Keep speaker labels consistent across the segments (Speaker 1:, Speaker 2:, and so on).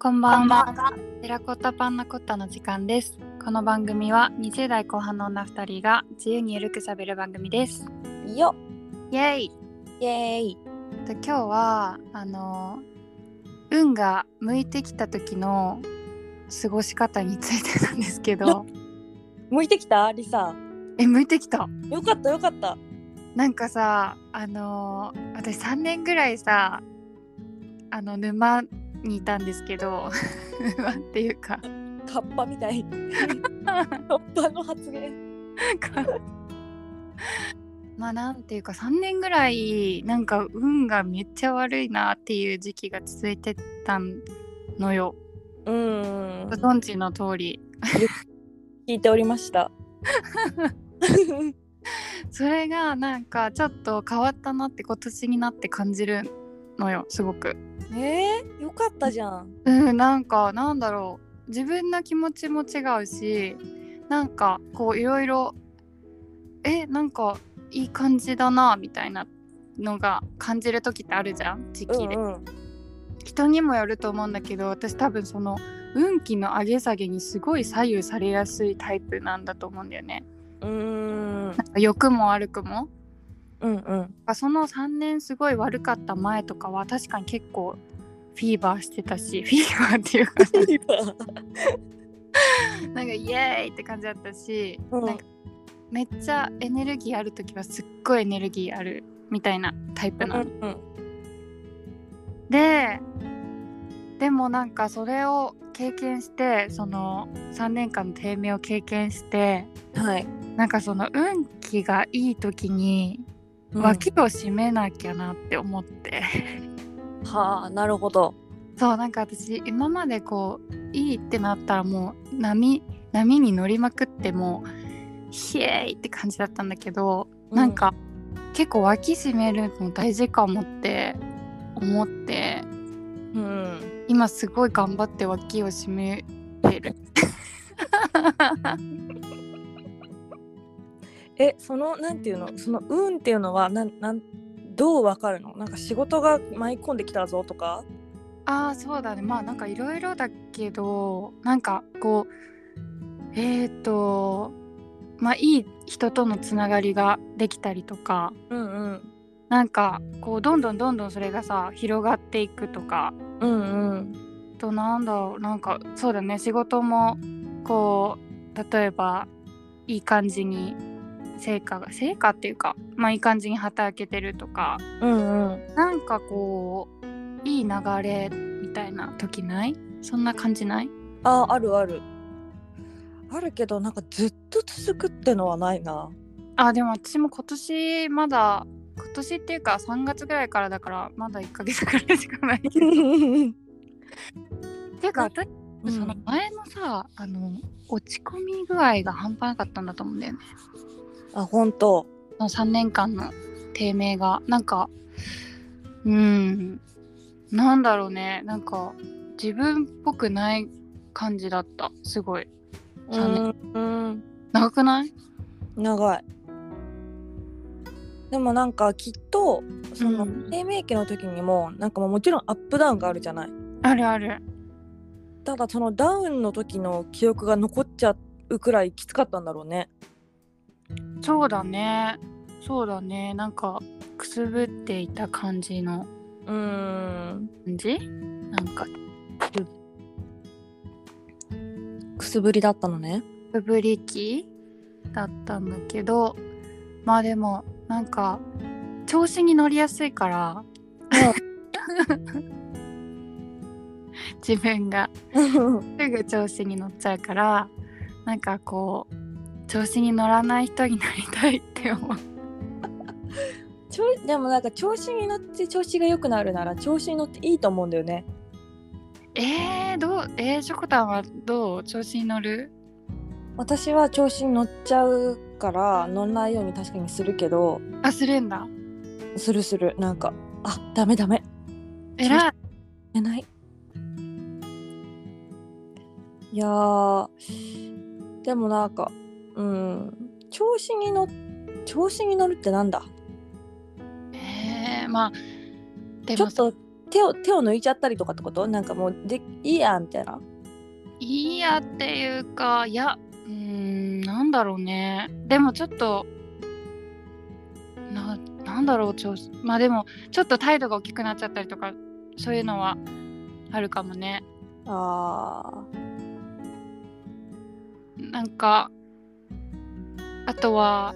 Speaker 1: こんばん
Speaker 2: こん
Speaker 1: は。
Speaker 2: ばんは
Speaker 1: テラコッタパンナコッタの時間です。この番組は20代後半の女2人が自由にゆるく喋る番組です。
Speaker 2: よ
Speaker 1: イエイ
Speaker 2: イエーイ
Speaker 1: と今日はあの運が向いてきた時の過ごし方についてなんですけ ど、
Speaker 2: 向いてきたリサ
Speaker 1: え向いてきた。
Speaker 2: よかったよかった
Speaker 1: なんかさあの私3年ぐらいさあの沼にいたんですけど 沼っていうか
Speaker 2: カッパみたいカッパの発言
Speaker 1: なんか まあなんていうか3年ぐらいなんか運がめっちゃ悪いなっていう時期が続いてたのよ
Speaker 2: うーん
Speaker 1: ご存知の通り
Speaker 2: 聞いておりました
Speaker 1: それがなんかちょっと変わったなって今年になって感じるのよすごく
Speaker 2: えー、よかったじゃん
Speaker 1: うんなんかなんだろう自分の気持ちも違うしなんかこういろいろえなんかいい感じだなみたいなのが感じる時ってあるじゃん時期
Speaker 2: う
Speaker 1: で、
Speaker 2: んうん
Speaker 1: 人にもよると思うんだけど私多分その運気の上げ下げにすごい左右されやすいタイプなんだと思うんだよね。
Speaker 2: うーん
Speaker 1: なんか欲も悪くも
Speaker 2: うんうん
Speaker 1: その3年すごい悪かった前とかは確かに結構フィーバーしてたし フィーバーっていうか なんかイエーイって感じだったし、
Speaker 2: うん
Speaker 1: なんかめっちゃエネルギーある時はすっごいエネルギーあるみたいなタイプなの。
Speaker 2: うん
Speaker 1: ででもなんかそれを経験してその3年間の低迷を経験して
Speaker 2: はい
Speaker 1: なんかその運気がいい時に脇を締めなきゃなって思って、
Speaker 2: はあなるほど
Speaker 1: そうなんか私今までこういいってなったらもう波波に乗りまくってもうヒエーイって感じだったんだけど、なんか結構脇締めるの大事かもって思って
Speaker 2: うん
Speaker 1: 今すごい頑張って脇を締めてる
Speaker 2: えそのなんていうのその運っていうのはなんなんどうわかるのなんか仕事が舞い込んできたぞとか
Speaker 1: ああそうだねまあなんかいろいろだけどなんかこうえっ、ー、とまあいい人とのつながりができたりとか
Speaker 2: うんうん
Speaker 1: なんかこうどんどんどんどんそれがさ広がっていくとか
Speaker 2: うんうん
Speaker 1: あとなんだろうなんかそうだね仕事もこう例えばいい感じに成果が成果っていうかまあいい感じに働けてるとか
Speaker 2: うんうん
Speaker 1: なんかこういい流れみたいな時ないそんな感じない
Speaker 2: ああるあるあるけどなんかずっと続くってのはないな
Speaker 1: あでも私も今年まだ今年っていうか3月ぐらいからだからまだ1ヶ月ぐらいしかないっ
Speaker 2: うん
Speaker 1: ていうか私、
Speaker 2: うん
Speaker 1: その前のさあの落ち込み具合が半端なかったんだと思うんだよね
Speaker 2: あ本当
Speaker 1: その3年間の低迷がなんかうんなんだろうねなんか自分っぽくない感じだったすごい
Speaker 2: うん
Speaker 1: 残、
Speaker 2: うん、
Speaker 1: 長くない
Speaker 2: 長いでもなんかきっとその
Speaker 1: うん
Speaker 2: 低迷期の時にもなんかもうもちろんアップダウンがあるじゃない
Speaker 1: あるある
Speaker 2: ただそのダウンの時の記憶が残っちゃうくらいきつかったんだろうね
Speaker 1: そうだねそうだねなんかくすぶっていた感じの
Speaker 2: うん
Speaker 1: 感じなんか
Speaker 2: くすぶりだったの ね
Speaker 1: くすぶり期だったんだけどまあでもなんか調子に乗りやすいから、自分がすぐ調子に乗っちゃうからなんかこう調子に乗らない人になりたいって思う
Speaker 2: ちょいでもなんか調子に乗って調子が良くなるなら調子に乗っていいと思うんだよね
Speaker 1: えー、どうえー、しょこたんはどう調子に乗る
Speaker 2: 私は調子に乗っちゃうから乗らないように確かにするけど
Speaker 1: あするんだ
Speaker 2: するするなんかあダメダメ
Speaker 1: えらい
Speaker 2: 寝ないいやーでもなんかうん調子に乗調子に乗るってなんだ
Speaker 1: えー、まあで
Speaker 2: ちょ
Speaker 1: も
Speaker 2: っと手を手を抜いちゃったりとかってことなんかもうでいいやみたいない
Speaker 1: いやっていうかいやうーんなんだろうねでもちょっとななんだろう調子まあでもちょっと態度が大きくなっちゃったりとかそういうのはあるかもね
Speaker 2: あ
Speaker 1: なんかあとは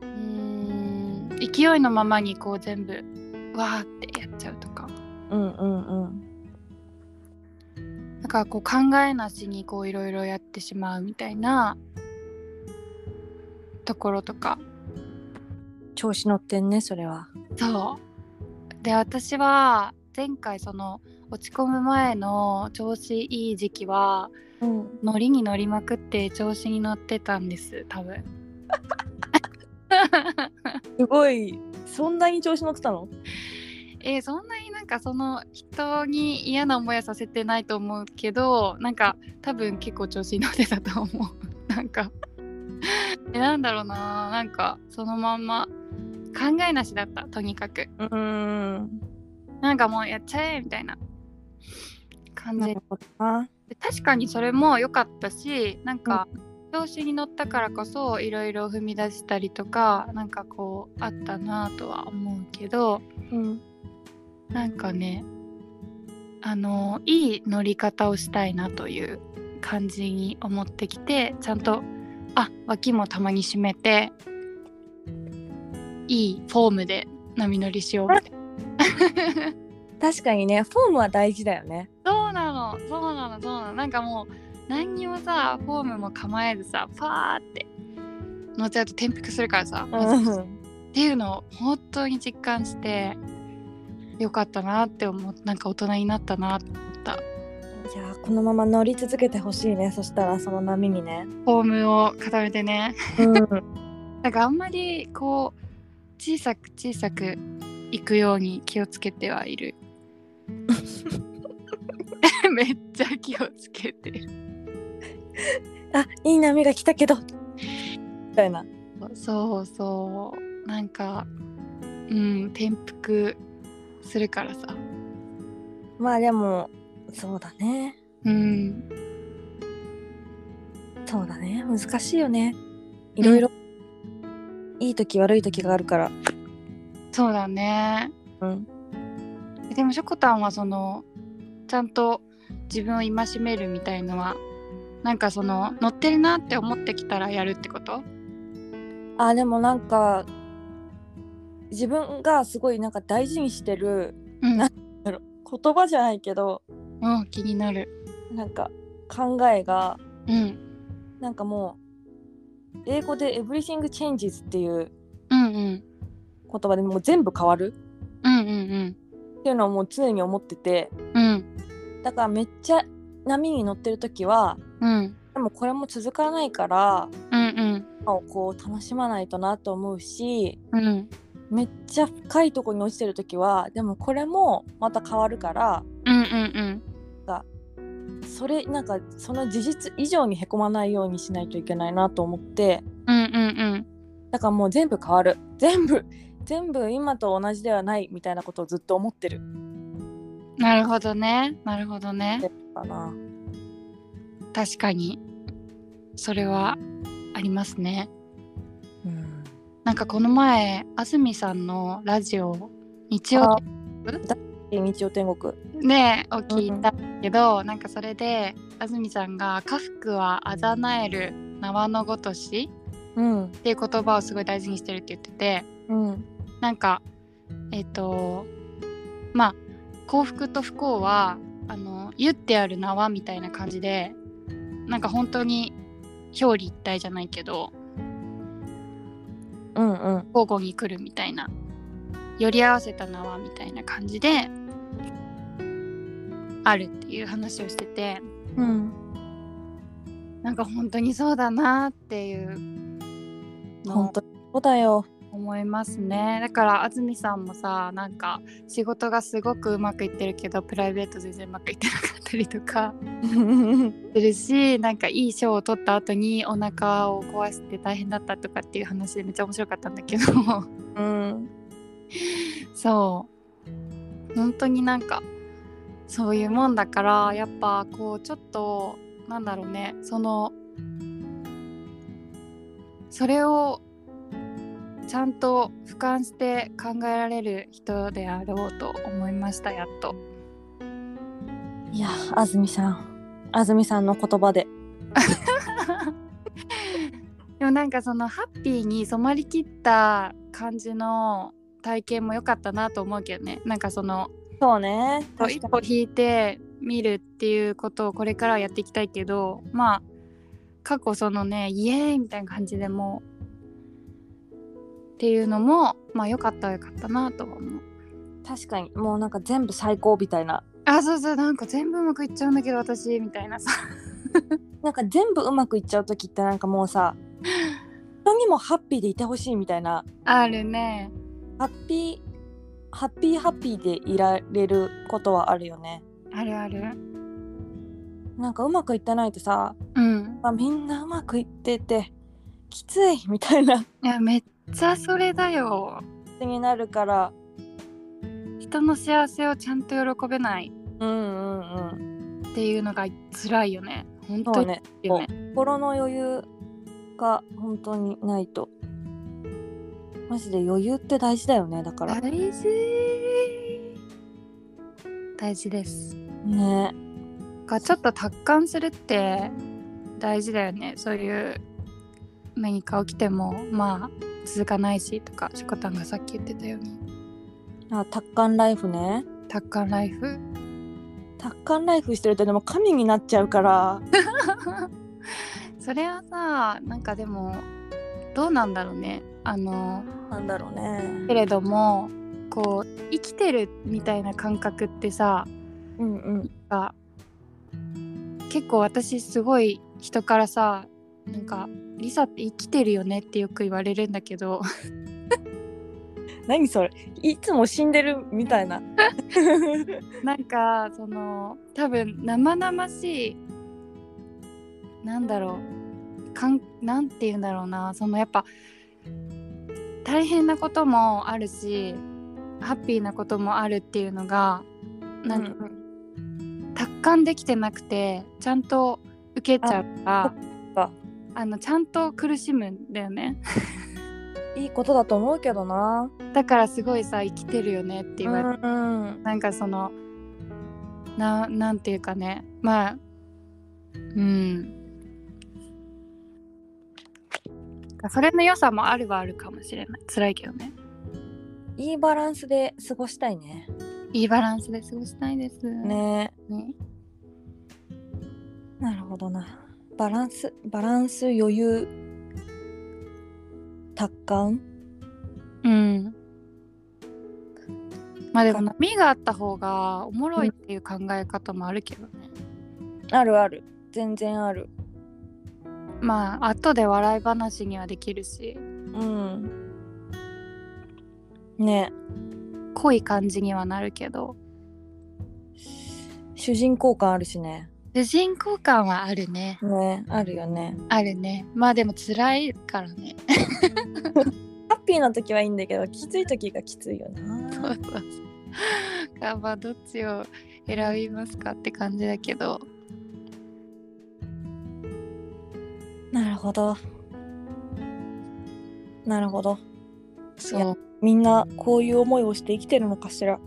Speaker 1: うーん勢いのままにこう全部わーってやっちゃうとか
Speaker 2: ーうんうんうん
Speaker 1: だからこう考えなしにこういろいろやってしまうみたいなところとか
Speaker 2: 調子乗ってんねそれは
Speaker 1: そうで私は前回その落ち込む前の調子いい時期は
Speaker 2: うん
Speaker 1: ノリに乗りまくって調子に乗ってたんです多分
Speaker 2: すごいそんなに調子乗ってたの
Speaker 1: えーそんなになんかその人に嫌な思いはさせてないと思うけどなんか多分結構調子に乗ってたと思う なんかえなんだろうななんかそのまんま考えなしだったとにかく
Speaker 2: うーん
Speaker 1: なんかもうやっちゃえみたいな感じ
Speaker 2: なるほどな
Speaker 1: で確かにそれも良かったしなんか調子に乗ったからこそいろいろ踏み出したりとかなんかこうあったなとは思うけど
Speaker 2: うん
Speaker 1: なんかねあのいい乗り方をしたいなという感じに思ってきてちゃんとあ脇もたまに締めていいフォームで波乗りしようみたいな。
Speaker 2: 確かにねフォームは大事だよね
Speaker 1: そうなのそうなのそうなのなんかもう何にもさフォームも構えずさパーって乗っちゃうと転覆するからさ、
Speaker 2: うん
Speaker 1: っていうのを本当に実感してよかったなって思うなんか大人になったなフ
Speaker 2: いやーこのまま乗り続けてほしいねそしたらその波にね
Speaker 1: ォームを固めてね
Speaker 2: うん
Speaker 1: なんかあんまりこう小さく小さく行くように気をつけてはい る めっちゃ気をつけてる
Speaker 2: あいい波が来たけどみたいな
Speaker 1: そうそうなんかうん転覆するからさ
Speaker 2: まあでもそうだね
Speaker 1: うん
Speaker 2: そうだね難しいよねいろいろ、いい時悪い時があるから
Speaker 1: そうだね
Speaker 2: うん
Speaker 1: でもしょこたんはそのちゃんと自分を戒めるみたいのはなんかその乗ってるなって思ってきたらやるってこと
Speaker 2: あでもなんか自分がすごいなんか大事にしてる
Speaker 1: うん、
Speaker 2: な言葉じゃないけど
Speaker 1: うん、気になる
Speaker 2: なんか考えが
Speaker 1: うん
Speaker 2: なんかもう英語で「everything changes」っていう
Speaker 1: うんうん
Speaker 2: 言葉でもう全部変わる
Speaker 1: うんうん
Speaker 2: っていうのをもう常に思ってて
Speaker 1: うんうん
Speaker 2: だからめっちゃ波に乗ってる時は
Speaker 1: うん
Speaker 2: でもこれも続かないから
Speaker 1: うんうん
Speaker 2: 今をこう楽しまないとなと思うし
Speaker 1: うん
Speaker 2: めっちゃ深いとこに落ちてる時はでもこれもまた変わるから
Speaker 1: うんうん
Speaker 2: それなんかその事実以上にへこまないようにしないといけないなと思って
Speaker 1: うんうんうん
Speaker 2: だからもう全部変わる全部全部今と同じではないみたいなことをずっと思ってる
Speaker 1: なるほどねなるほどね
Speaker 2: かな
Speaker 1: 確かにそれはありますね
Speaker 2: うん
Speaker 1: なんかこの前安住さんのラジオ日曜
Speaker 2: あ日曜天国
Speaker 1: ねを聞いたけど、なんかそれで安住さんが「家福はあざなえる縄のごとし」
Speaker 2: うん
Speaker 1: っていう言葉をすごい大事にしてるって言ってて
Speaker 2: うん
Speaker 1: なんかえっ、とまあ幸福と不幸はあの言ってある縄みたいな感じでなんか本当に表裏一体じゃないけど
Speaker 2: うんうん
Speaker 1: 交互に来るみたいな寄り合わせた縄みたいな感じであるっていう話をしてて。
Speaker 2: うん
Speaker 1: なんか本当にそうだなっていうの
Speaker 2: 本
Speaker 1: を
Speaker 2: 当にそうだよ
Speaker 1: 思いますねだから安住さんもさなんか仕事がすごくうまくいってるけどプライベート全然うまくいってなかったりとかするしなんかいい賞を取った後にお腹を壊して大変だったとかっていう話でめっちゃ面白かったんだけど
Speaker 2: うん
Speaker 1: そう本当になんかそういうもんだからやっぱこうちょっとなんだろうねそのそれをちゃんと俯瞰して考えられる人であろうと思いましたやっと。
Speaker 2: いや安住さん安住さんの言葉で
Speaker 1: でもなんかそのハッピーに染まりきった感じの体験も良かったなと思うけどねなんかその
Speaker 2: そうね
Speaker 1: そう一歩引いて見るっていうことをこれからはやっていきたいけどまあ過去そのねイエーイみたいな感じでもうっていうのもまあ良かったは良かったなとは思う
Speaker 2: 確かにもうなんか全部最高みたいな
Speaker 1: あそうそうなんか全部うまくいっちゃうんだけど私みたいなさ
Speaker 2: なんか全部うまくいっちゃう時ってなんかもうさ人にもハッピーでいてほしいみたいな
Speaker 1: あるね
Speaker 2: ハッピーハッピーハッピーでいられることはあるよね
Speaker 1: あるある
Speaker 2: なんかうまくいってないとさ
Speaker 1: うん
Speaker 2: あみんなうまくいっててきついみたいない
Speaker 1: やめっちゃそれだよ
Speaker 2: 気になるから
Speaker 1: 人の幸せをちゃんと喜べない
Speaker 2: うんうんうん
Speaker 1: っていうのが辛いよね本当
Speaker 2: そう
Speaker 1: に
Speaker 2: ね
Speaker 1: 辛いよね
Speaker 2: 心の余裕が本当にないとマジで余裕って大事だよねだから
Speaker 1: 大事大事です
Speaker 2: ね
Speaker 1: がちょっと達観するって大事だよねそういう何か起きてもまあ続かないしとかしょこたんがさっき言ってたように
Speaker 2: あ達観ライフね
Speaker 1: 達観ライフ
Speaker 2: 達観ライフしてるとでも神になっちゃうから
Speaker 1: それはさなんかでもどうなんだろうねあの
Speaker 2: なんだろう
Speaker 1: け
Speaker 2: ね
Speaker 1: れどもこう生きてるみたいな感覚ってさ
Speaker 2: うんうん
Speaker 1: が結構私すごい人からさなんか「リサって生きてるよね」ってよく言われるんだけど
Speaker 2: 何それいつも死んでるみたいな
Speaker 1: なんかその多分生々しいなんだろうかんなんて言うんだろうなそのやっぱ大変なこともあるしハッピーなこともあるっていうのがなんか
Speaker 2: うん
Speaker 1: 達観できてなくてちゃんと受けちゃうから
Speaker 2: か
Speaker 1: あのちゃんと苦しむんだよね
Speaker 2: いいことだと思うけどな
Speaker 1: だからすごいさ生きてるよねって言われて、
Speaker 2: うんうん
Speaker 1: なんかそのななんていうかねまあうんそれの良さもあるはあるかもしれない辛いけどね
Speaker 2: いいバランスで過ごしたいね
Speaker 1: いいバランスで過ごしたいです
Speaker 2: ね
Speaker 1: ね
Speaker 2: なるほどなバランスバランス余裕達観
Speaker 1: うんまあでも波があった方がおもろいっていう考え方もあるけどね、
Speaker 2: あるある全然ある
Speaker 1: まあ後で笑い話にはできるし
Speaker 2: うんね
Speaker 1: 濃い感じにはなるけど
Speaker 2: 主人公感あるしね
Speaker 1: 主人公感はあるね
Speaker 2: ねあるよね
Speaker 1: あるねまあでも辛いからね
Speaker 2: ハッピーな時はいいんだけどきつい時がきついよな
Speaker 1: まあどっちを選びますかって感じだけど
Speaker 2: なるほどなるほど
Speaker 1: そう
Speaker 2: みんなこういう思いをして生きてるのかしら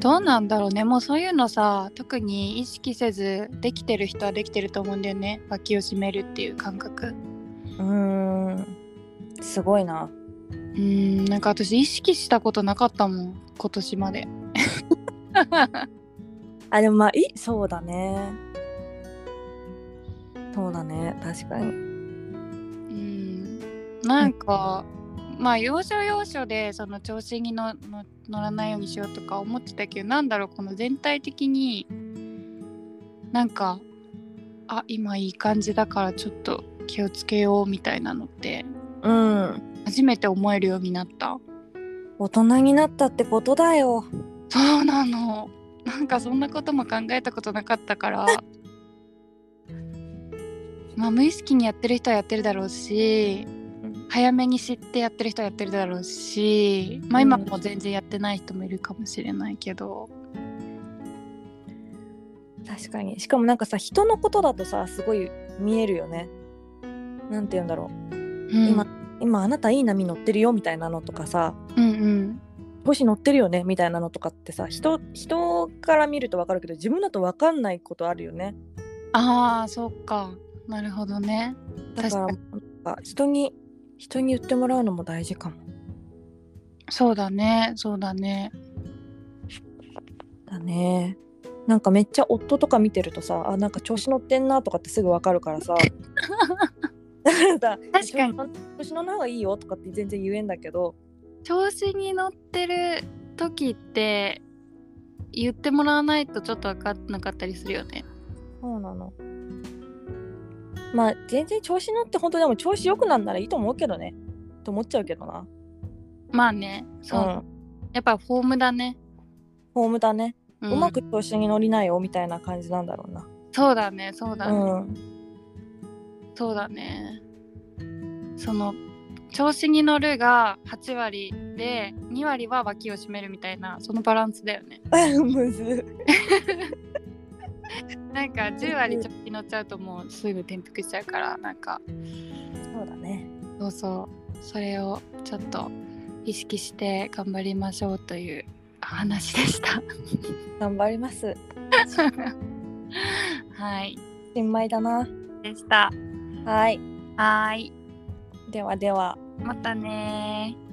Speaker 1: どうなんだろうねもうそういうのさ特に意識せずできてる人はできてると思うんだよね脇を締めるっていう感覚
Speaker 2: うーんすごいな
Speaker 1: うんなんか私意識したことなかったもん今年まで
Speaker 2: あでもまあいいそうだねそうだね確かに
Speaker 1: うんなんか、まあ要所要所でその調子にのの乗らないようにしようとか思ってたけどなんだろうこの全体的になんかあ今いい感じだからちょっと気をつけようみたいなのって
Speaker 2: うん
Speaker 1: 初めて思えるようになった
Speaker 2: 大人になったってことだよ
Speaker 1: そうなのなんかそんなことも考えたことなかったから まあ無意識にやってる人はやってるだろうし
Speaker 2: ん
Speaker 1: 早めに知ってやってる人はやってるだろうし、まあ、今も全然やってない人もいるかもしれないけど、
Speaker 2: 確かにしかもなんかさ人のことだとさすごい見えるよねなんて言うんだろ
Speaker 1: う
Speaker 2: う、
Speaker 1: ん、
Speaker 2: 今今あなたいい波乗ってるよみたいなのとかさ
Speaker 1: うんうん
Speaker 2: 星乗ってるよねみたいなのとかってさ人人から見ると分かるけど自分だと分かんないことあるよね
Speaker 1: ああそうかなるほどね
Speaker 2: だから
Speaker 1: 確
Speaker 2: なんか人に人に言ってもらうのも大事かも
Speaker 1: そうだねそうだね
Speaker 2: だねなんかめっちゃ夫とか見てるとさあなんか調子乗ってんなとかってすぐ分かる からさ確
Speaker 1: 確かに
Speaker 2: 調子乗らない方がいいよとかって全然言えんだけど
Speaker 1: 調子に乗ってる時って言ってもらわないとちょっと分かんなかったりするよね
Speaker 2: そうなのまあ全然調子乗って本当でも調子良くなんならいいと思うけどねと思っちゃうけどな
Speaker 1: まあねそう、
Speaker 2: ん、
Speaker 1: やっぱフォームだね、
Speaker 2: ホームだね
Speaker 1: う
Speaker 2: うまく調子に乗りなよみたいな感じなんだろうな。
Speaker 1: そうだねそうだね、
Speaker 2: うん、
Speaker 1: そうだねその調子に乗るが8割で2割は脇を締めるみたいなそのバランスだよね
Speaker 2: むず。
Speaker 1: なんか10割調子に乗っちゃうともうすぐ転覆しちゃうからなんか
Speaker 2: そうだね。
Speaker 1: そうそうそれをちょっと意識して頑張りましょうという話でした
Speaker 2: 頑張ります。
Speaker 1: はい
Speaker 2: 新米だな。
Speaker 1: でした
Speaker 2: はい。
Speaker 1: はーい
Speaker 2: ではでは。
Speaker 1: またねー